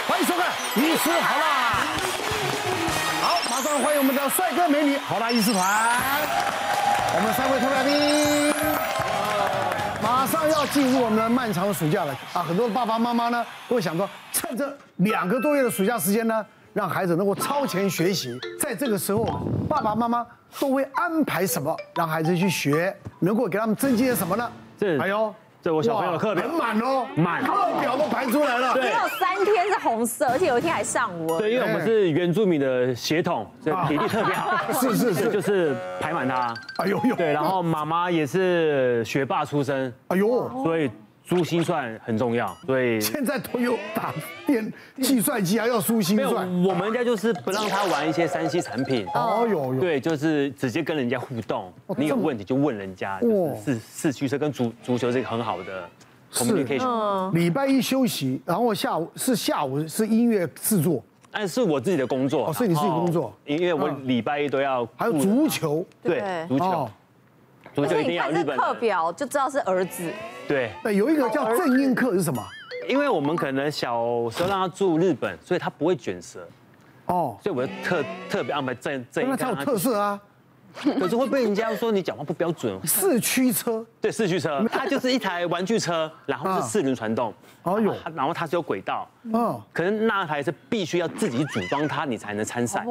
欢迎收看《医师好啦》。好，马上欢迎我们的帅哥美女好啦医师团，我们三位特派兵。马上要进入我们的漫长的暑假了啊！很多爸爸妈妈呢都会想说，趁这两个多月的暑假时间呢，让孩子能够超前学习。在这个时候，爸爸妈妈都会安排什么让孩子去学，能够给他们增进些什么呢？这哎呦，这我小朋友的课表哇很满哦，满课表都排出来了。只有三天是红色，而且有一天还上文。对，因为我们是原住民的血统，所以体力特别好，是啊 是对，是， 就是排满它。哎呦呦，对，然后妈妈也是学霸出身，哎呦，所以珠心算很重要。所以现在都有打电计算机，啊还要输心没有，嗯算。我们家就是不让他玩一些三 C 产品。哦呦呦，对，就是直接跟人家互动，你有问题就问人家。哇就是四四驱车跟足足球是一个很好的嗯 communication，礼拜一休息，然后下午是下午是音乐制作。但是我自己的工作。哦是你自己工作嗯然后因为我礼拜一都要。还有足，球对对嗯足球哦，，足而球且一定你要看日这本嗯课人。表就知道是儿子，对，哎，有一个叫正音课是什么？因为我们可能小时候让他住日本，所以他不会卷舌，哦，所以我就特特别安排正正一那才有特色啊！嗯可是会被人家说你讲话不 标准。四驱车，对，四驱车，它就是一台玩具车，然后是四轮传动，啊哎呦它然后它是有轨道，嗯，可是那台是必须要自己组装它，你才能参赛。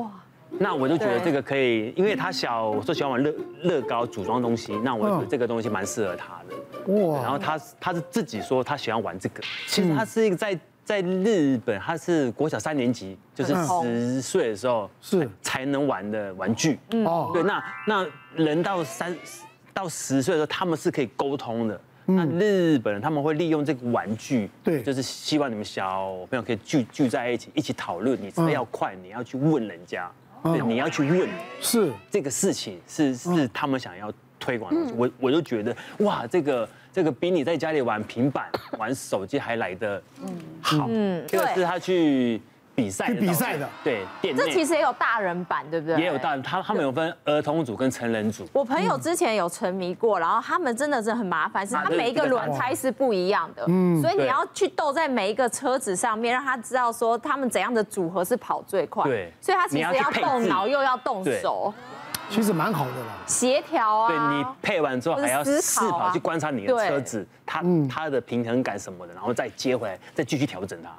那我就觉得对这个可以，因为他小，我说喜欢玩乐乐高组装东西，那我觉得这个东西蛮适合他的。哇嗯然后他他是自己说他喜欢玩这个，其实他是一个在在日本，他是国小三年级，就是十岁的时候嗯是才能玩的玩具。哦嗯对，那那人到三到十岁的时候，他们是可以沟通的。那日本人他们会利用这个玩具，嗯对就是希望你们小朋友可以聚聚在一起，一起讨论。你嗯车要快，你要去问人家，对，你要去问是这个事情嗯是是他们想要推广的东西。我我就觉得哇，这个这个比你在家里玩平板、玩手机还来的好。这个对是他去比赛嗯去的比道具赛的对，店这内其实也有大人版，对不对？也有大，他他们有分儿童组跟成人组。我朋友之前有沉迷过，然后他们真的是很麻烦，是啊他对每一个轮胎是不一样的，所以你对要去斗在每一个车子上面，让他知道说他们怎样的组合是跑最快。对所以他其你实要去要配动置脑又要动手，其实蛮好的啦。协调啊。对你配完之后还要或者试思考啊跑去观察你的对车子，它嗯它的平衡感什么的，然后再接回来，再继续调整它，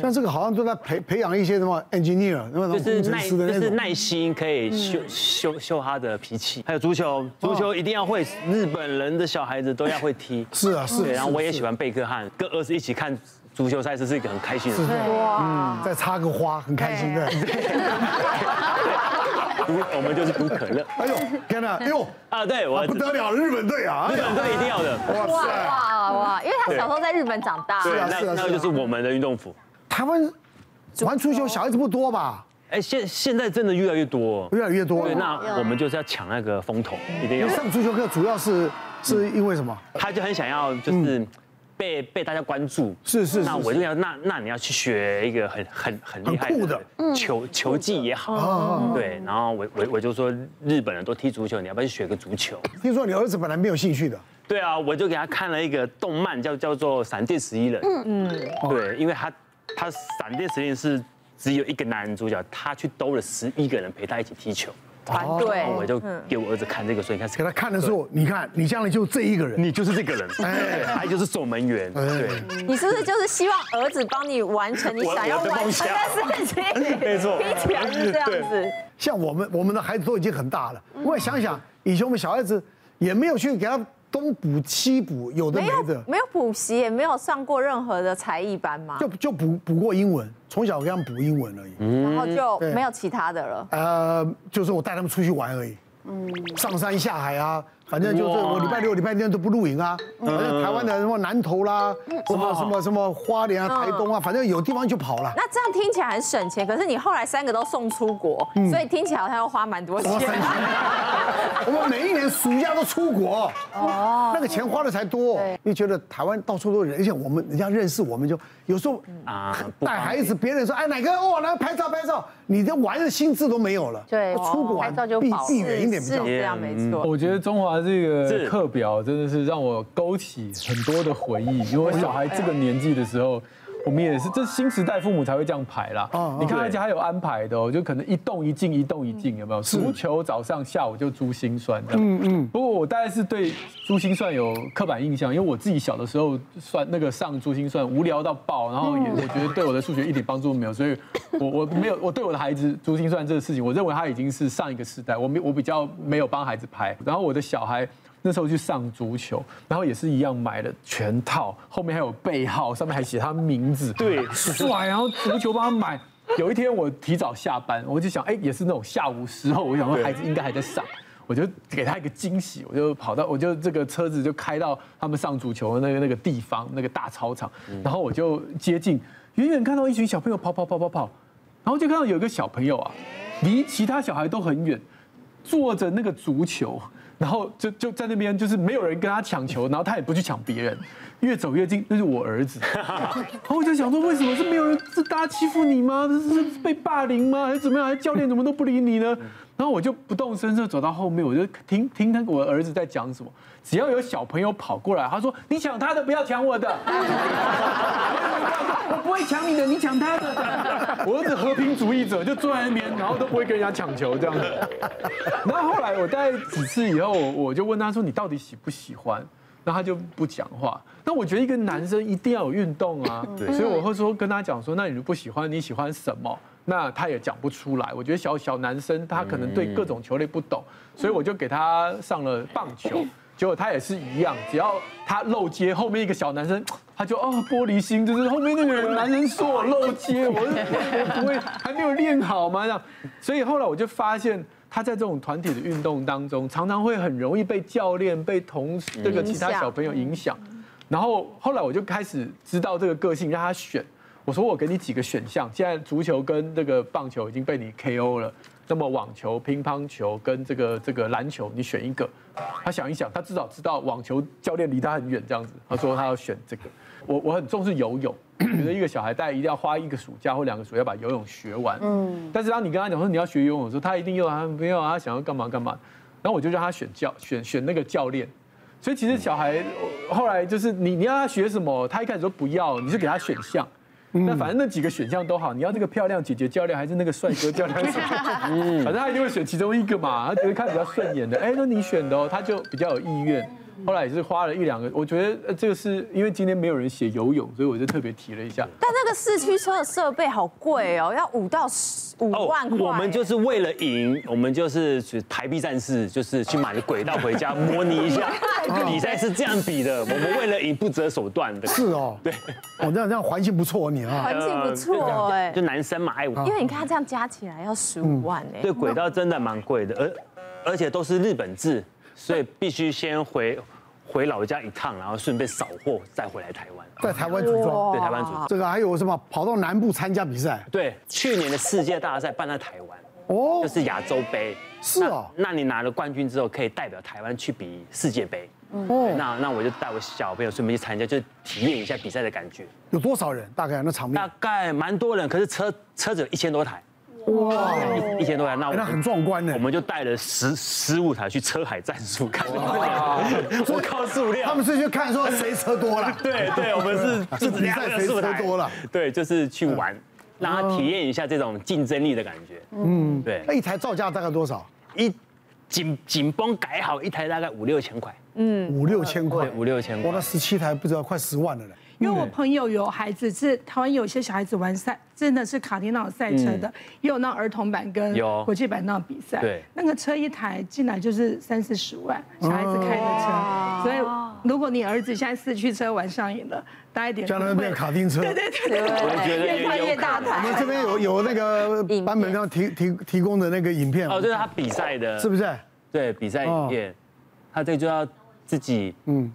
像这个好像都在培培养一些什么 engineer，那种嗯就是工程耐师的就是那种。耐心可以修嗯修修他的脾气。还有足球，足球一定要会，日本人的小孩子都要会踢。是啊，是。对，然后我也是喜欢贝克汉，跟儿子一起看足球赛事是一个很开心的事。是啊嗯再插个花，很开心的。赌我们就是赌可乐哎呦，天哪！哎呦，啊，对我不日得了，日本队啊！哎本呀，队一定要的。哇哇塞，哇哇！因为他小时候在日本长大，对，啊那是啊是那啊个就是我们的运动服。台湾玩足球小孩子不多吧？哎，现现在真的越来越多。哦越来越多对，了。那我们就是要抢那个风头，嗯一定要。上足球课主要是是因为什么？他就很想要，就是被被大家关注。嗯是是是那我就要，那那你要去学一个很很很厉害很酷的嗯哦球球技也好。对，然后我我我就说，日本人都踢足球，你要不要去学个足球？听说你儿子本来没有兴趣的。对啊，我就给他看了一个动漫，叫叫做《闪电十一人》。嗯嗯，哦对，因为他他《闪电十一人》是只有一个男主角，他去兜了十一个人陪他一起踢球。团然队后我就给我儿子看这个，所以你看给他看的时候，你看你将来就这一个人，你就是这个人，哎对，他就是守门员，对，你是不是就是希望儿子帮你完成你我想要我的完梦成想的事情？ 没错听起来是这样子。像我们我们的孩子都已经很大了，我也想想以前我们小孩子也没有去给他东补西补，有的没有没的，没有补习，也没有上过任何的才艺班嘛，就就补补过英文，从小给他们补英文而已。然后就嗯对没有其他的了。呃，就是我带他们出去玩而已，嗯上山下海啊，反正就是哇我礼拜六礼拜天都不露营啊，嗯反正台湾的什么南投啦，什么什么什么花莲啊、嗯台东啊，反正有地方就跑 了。那这样听起来很省钱，可是你后来三个都送出国，嗯所以听起来好像要花蛮多我省钱。钱，我们每一年暑假都出国，哦，那个钱花的才多。你觉得台湾到处都有人，而且我们人家认识我们就有时候啊不带方孩子，别人说哎哪个哦来拍照拍照，你的玩的心智都没有了。对哦要哦出国玩拍照就避饱了避远一点比是较好。这嗯样没错。我觉得中华这是个课表真的是让我勾起很多的回忆，因为我小孩这个年纪的时候，我们也是，这新时代父母才会这样排啦哦哦。你看，对而且还有安排的、哦，就可能一动一静，一动一静，有没有？足球早上，下午就珠心算这样。嗯嗯。不过我大概是对珠心算有刻板印象，因为我自己小的时候算那个上珠心算无聊到爆，然后也我觉得对我的数学一点帮助都没有，所以我我没有 我对我的孩子珠心算这个事情，我认为他已经是上一个时代，我没我比较没有帮孩子排，然后我的小孩。那时候去上足球，然后也是一样买了全套，后面还有背号，上面还写他名字，对帅，啊然后足球帮他买。有一天我提早下班，我就想，哎、也是那种下午时候，我想说孩子应该还在上，我就给他一个惊喜，我就跑到，我就这个车子就开到他们上足球的那个那个地方，那个大操场，然后我就接近，远远看到一群小朋友跑跑跑跑跑，然后就看到有一个小朋友啊，离其他小孩都很远，坐着那个足球，然后就就在那边，就是没有人跟他抢球，然后他也不去抢别人，越走越近，那是我儿子。然后我就想说，为什么是没有人？是大家欺负你吗？ 是是被霸凌吗？还是怎么样？还是教练怎么都不理你呢？然后我就不动声色走到后面，我就听听那个我儿子在讲什么。只要有小朋友跑过来，他说：“你抢他的，不要抢我的。” 我不会抢你的，你抢他的。我儿子和平主义者，就坐在那边，然后都不会跟人家抢球这样子。 然后后来我大概几次以后，我我就问他说：“你到底喜不喜欢？”然后他就不讲话。那我觉得一个男生一定要有运动啊，所以我会说跟他讲说：“那你如果不喜欢，你喜欢什么？”那他也讲不出来。我觉得小小男生他可能对各种球类不懂，所以我就给他上了棒球。结果他也是一样，只要他漏接，后面一个小男生，他就哦玻璃心，就是后面那个人男人说我漏接，我我不会还没有练好嘛这样，所以后来我就发现。他在这种团体的运动当中，常常会很容易被教练、被同事这个其他影响小朋友影响。然后后来我就开始知道这个个性，让他选。我说我给你几个选项，现在足球跟这个棒球已经被你 KO 了，那么网球、乒乓球跟这个这个篮球，你选一个。他想一想，他至少知道网球教练离他很远这样子。他说他要选这个。我我很重视游泳，觉得一个小孩大概一定要花一个暑假或两个暑假把游泳学完。嗯。但是当你跟他讲说你要学游泳的时候，他一定又啊没有啊，他想要干嘛干嘛。然后我就让他选教选选那个教练。所以其实小孩呃后来就是你你要他学什么，他一开始说不要，你就给他选项。那反正那几个选项都好，你要这个漂亮姐姐教练还是那个帅哥教练，还是反正他一定会选其中一个嘛，他觉得看比较顺眼的，哎，那你选的哦，他就比较有意愿。后来也是花了一两个，我觉得呃这个是因为今天没有人写游泳，所以我就特别提了一下。但那个四驱车的设备好贵哦，要五到十五万块。哦我们就是为了赢，我们就是去排币战士，就是去买了轨道回家模拟一 下，比赛是这样比的。我们为了赢不择手段的，是哦，对，哦，这样这样环境不错你 啊，环境呃不错哎就，男生嘛，哎，因为你看这样加起来要十五万嗯哎。对轨道真的蛮贵的，而而且都是日本制，所以必须先回回老家一趟，然后顺便扫货，再回来台湾。在台湾组装哇，对台湾组织，这个还有什么跑到南部参加比赛对去年的世界大赛办在台湾，哦就，是亚洲杯。是哦，那你拿了冠军之后，可以代表台湾去比世界杯。哦那那我就带我小朋友顺便去参加，就体验一下比赛的感觉。有多少人？大概那场面大，概蛮多人，可是车车子有一千多台，哇，哎一一千多台，那我那很壮观呢我。们就带了十十五台去车海战术看。 我靠塑料，他们是去看说谁车多 了，对对，我们 是是是比赛谁车多了。嗯对，就是去玩，让他体验一下这种竞争力的感觉。嗯，对那，一台造价大概多少？一紧紧绷改好一台大概五六千块，五六千块，对，五六千哇，块那。十七台不知道快十万了嘞。因为我朋友有孩子是台湾有些小孩子玩赛，真的是卡丁那种赛车嗯的，也有那种儿童版跟有国际版那种比赛。对那个车一台进来就是三四十万，哦小孩子开的车。所以如果你儿子现在四驱车玩上瘾了，搭一点将来变卡丁车对对对对对我觉得也越快越大我台们。这边有有那个片版本上提提提供的那个影片，哦，就是他比赛的，是不哦是？对比赛影片，他这个就要自己嗯，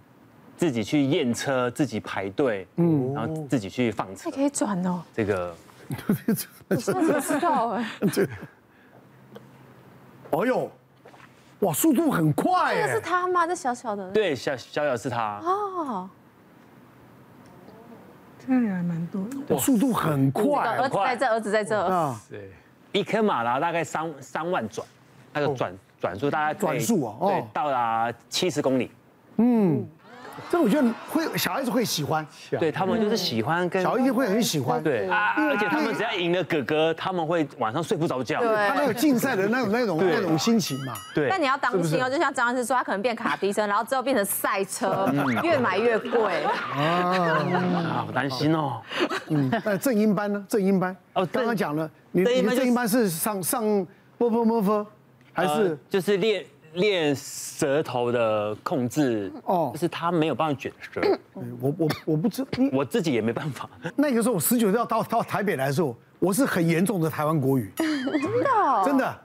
自己去验车，自己排队，嗯，然后自己去放车还。可以转哦，这个我现在才知道 哎，哦呦，哇，速度很快这个哦是耶！他吗？这小小的对小小小是他，哦，真的人还蛮多的。哇速度很快儿子在这，儿子在这，啊，对，一颗马达大概三三万转，那个转转速大概可哦以转速啊哦对，到达七十公里。嗯，这个我觉得会小孩子会喜欢，对他们就是喜欢跟嗯小嗯孩子会很喜欢。对，啊而且他们只要赢了哥哥，他们会晚上睡不着觉。对他那个竞赛的那种那种那种心情 嘛。对，但你要当心哦，就像张老师说，他可能变卡迪车，然后之后变成赛车，越买越贵。啊，好担心哦。嗯，那正音班呢？正音班哦刚刚正讲了，你正你音班就是正音班是上上波波摩佛，还呃嗯是就是练练舌头的控制，哦哦，就是他没有办法卷舌，我我我不知你呃我自己也没办法。那个时候我十九岁要到到台北来的时候，我是很严重的台湾国语，真的真的，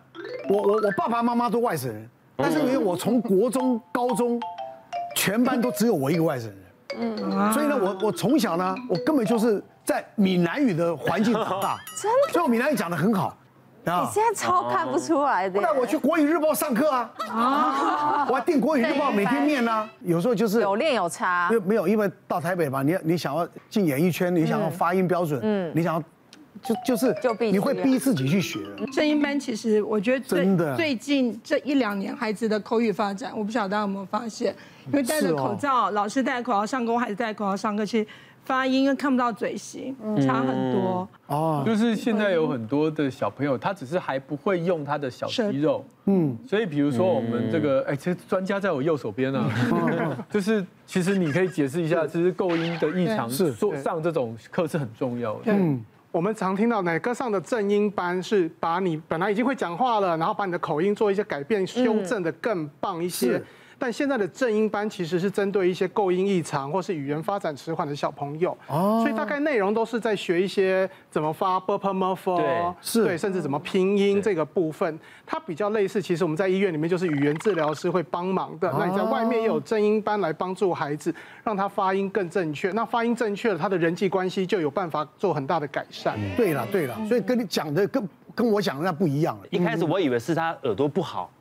我我我爸爸妈妈都外省人，但是因为我从国中、高中，全班都只有我一个外省人，嗯， 所以呢，我我从小呢，我根本就是在闽南语的环境长大，真的所以我闽南语讲得很好，你啊。现在超看不出来的耶。那我去国语日报上课啊，我还订国语日报每天念啊，有时候就是哦有练有差因为，没有，因为到台北嘛，你你想要进演艺圈，你想要发音标准，嗯，你想要就就是就必须啊你会逼自己去学。正音班其实我觉得最真的最近这一两年孩子的口语发展，我不晓得大家有没有发现，因为戴是着哦口罩，老师戴口罩上课，孩子戴口罩上课，其实发音跟看不到嘴型，嗯差很多。哦，就是现在有很多的小朋友，他只是还不会用他的小肌肉，嗯，所以比如说我们这个，哎，这专家在我右手边嗯啊， 就是其实你可以解释一下，就是构音的异常，是做上这种课是很重要的，嗯，我们常听到奶哥上的正音班是把你本来已经会讲话了，然后把你的口音做一些改变、修正的更棒一些是。但现在的正音班其实是针对一些构音异常或是语言发展迟缓的小朋友，所以大概内容都是在学一些怎么发 b p m f 对是对，甚至怎么拼音这个部分，它比较类似。其实我们在医院里面就是语言治疗师会帮忙的，那你在外面也有正音班来帮助孩子，让他发音更正确。那发音正确了，他的人际关系就有办法做很大的改善。对了对了，嗯所以跟你讲的跟跟我讲的那不一样了。一开始我以为是他耳朵不好，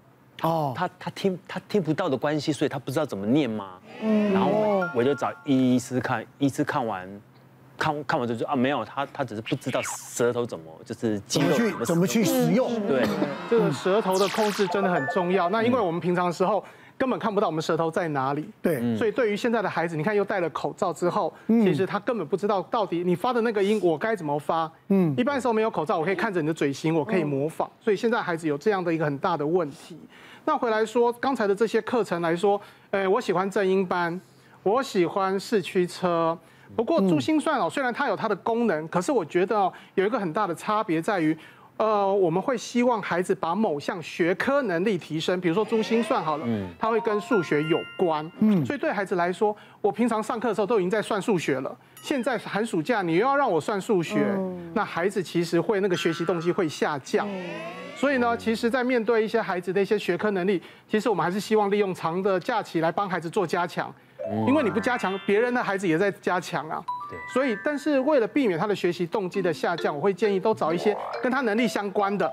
哦，他他听他听不到的关系，所以他不知道怎么念嘛。嗯然后哦我我就找医师看，医师看完。看看完就说啊，没有他，他只是不知道舌头怎么就是肌怎肉么去怎么去使用？对，这个舌头的控制真的很重要。那因为我们平常的时候根本看不到我们舌头在哪里，对，所以对于现在的孩子，你看又戴了口罩之后，其实他根本不知道到底你发的那个音我该怎么发。嗯，一般时候没有口罩，我可以看着你的嘴型，我可以模仿。所以现在孩子有这样的一个很大的问题。那回来说刚才的这些课程来说，呃，我喜欢正音班，我喜欢四驱车。不过珠心算哦，虽然它有它的功能，可是我觉得哦，有一个很大的差别在于。呃，我们会希望孩子把某项学科能力提升，比如说珠心算好了，它会跟数学有关，嗯，所以对孩子来说，我平常上课的时候都已经在算数学了，现在寒暑假你又要让我算数学，那孩子其实会那个学习动机会下降。所以呢，其实，在面对一些孩子的一些学科能力，其实我们还是希望利用长的假期来帮孩子做加强，因为你不加强，别人的孩子也在加强啊。所以，但是为了避免他的学习动机的下降，我会建议都找一些跟他能力相关的，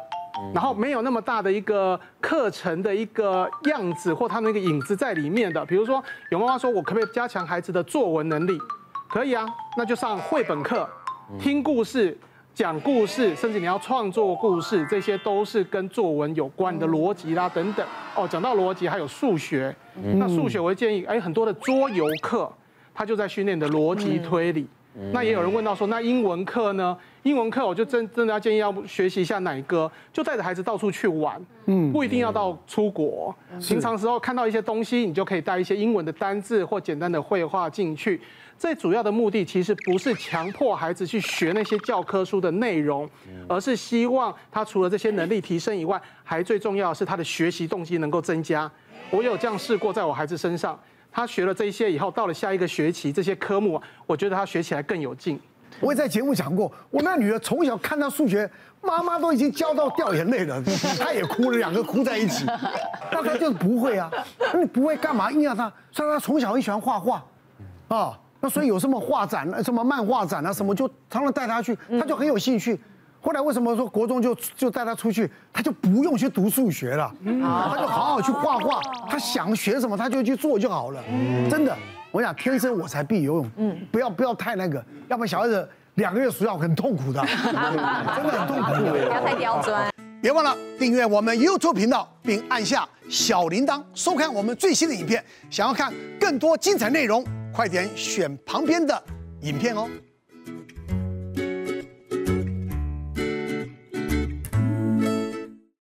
然后没有那么大的一个课程的一个样子或他那个影子在里面的。比如说，有妈妈说我可不可以加强孩子的作文能力？可以啊，那就上绘本课，听故事。讲故事，甚至你要创作故事，这些都是跟作文有关你的逻辑啦等等。哦，讲到逻辑，还有数学，那数学我会建议，哎，很多的桌游课，他就在训练你的逻辑推理。那也有人问到说，那英文课呢？英文课我就真真的要建议要学习一下奶哥，就带着孩子到处去玩，嗯，不一定要到出国。平常时候看到一些东西，你就可以带一些英文的单字或简单的绘画进去。最主要的目的其实不是强迫孩子去学那些教科书的内容，而是希望他除了这些能力提升以外，还最重要的是他的学习动机能够增加。我有这样试过，在我孩子身上，他学了这一些以后，到了下一个学期，这些科目，我觉得他学起来更有劲。我也在节目讲过，我那女儿从小看她数学，妈妈都已经教到掉眼泪了，她也哭了，两个哭在一起。那她就是不会啊，那你不会干嘛硬要她？所以她从小很喜欢画画，啊，那所以有什么画展、呃什么漫画展啊，什么就常常带她去，她就很有兴趣。后来为什么说国中就就带她出去，她就不用去读数学了，她就好好去画画，她想学什么她就去做就好了，真的。我想天生我材必有用，嗯，不要不要太那个，要不然小孩子两个月暑假很痛苦的，真的很痛苦的。不要太刁钻。别忘了订阅我们 YouTube 频道，并按下小铃铛，收看我们最新的影片。想要看更多精彩内容，快点选旁边的影片哦。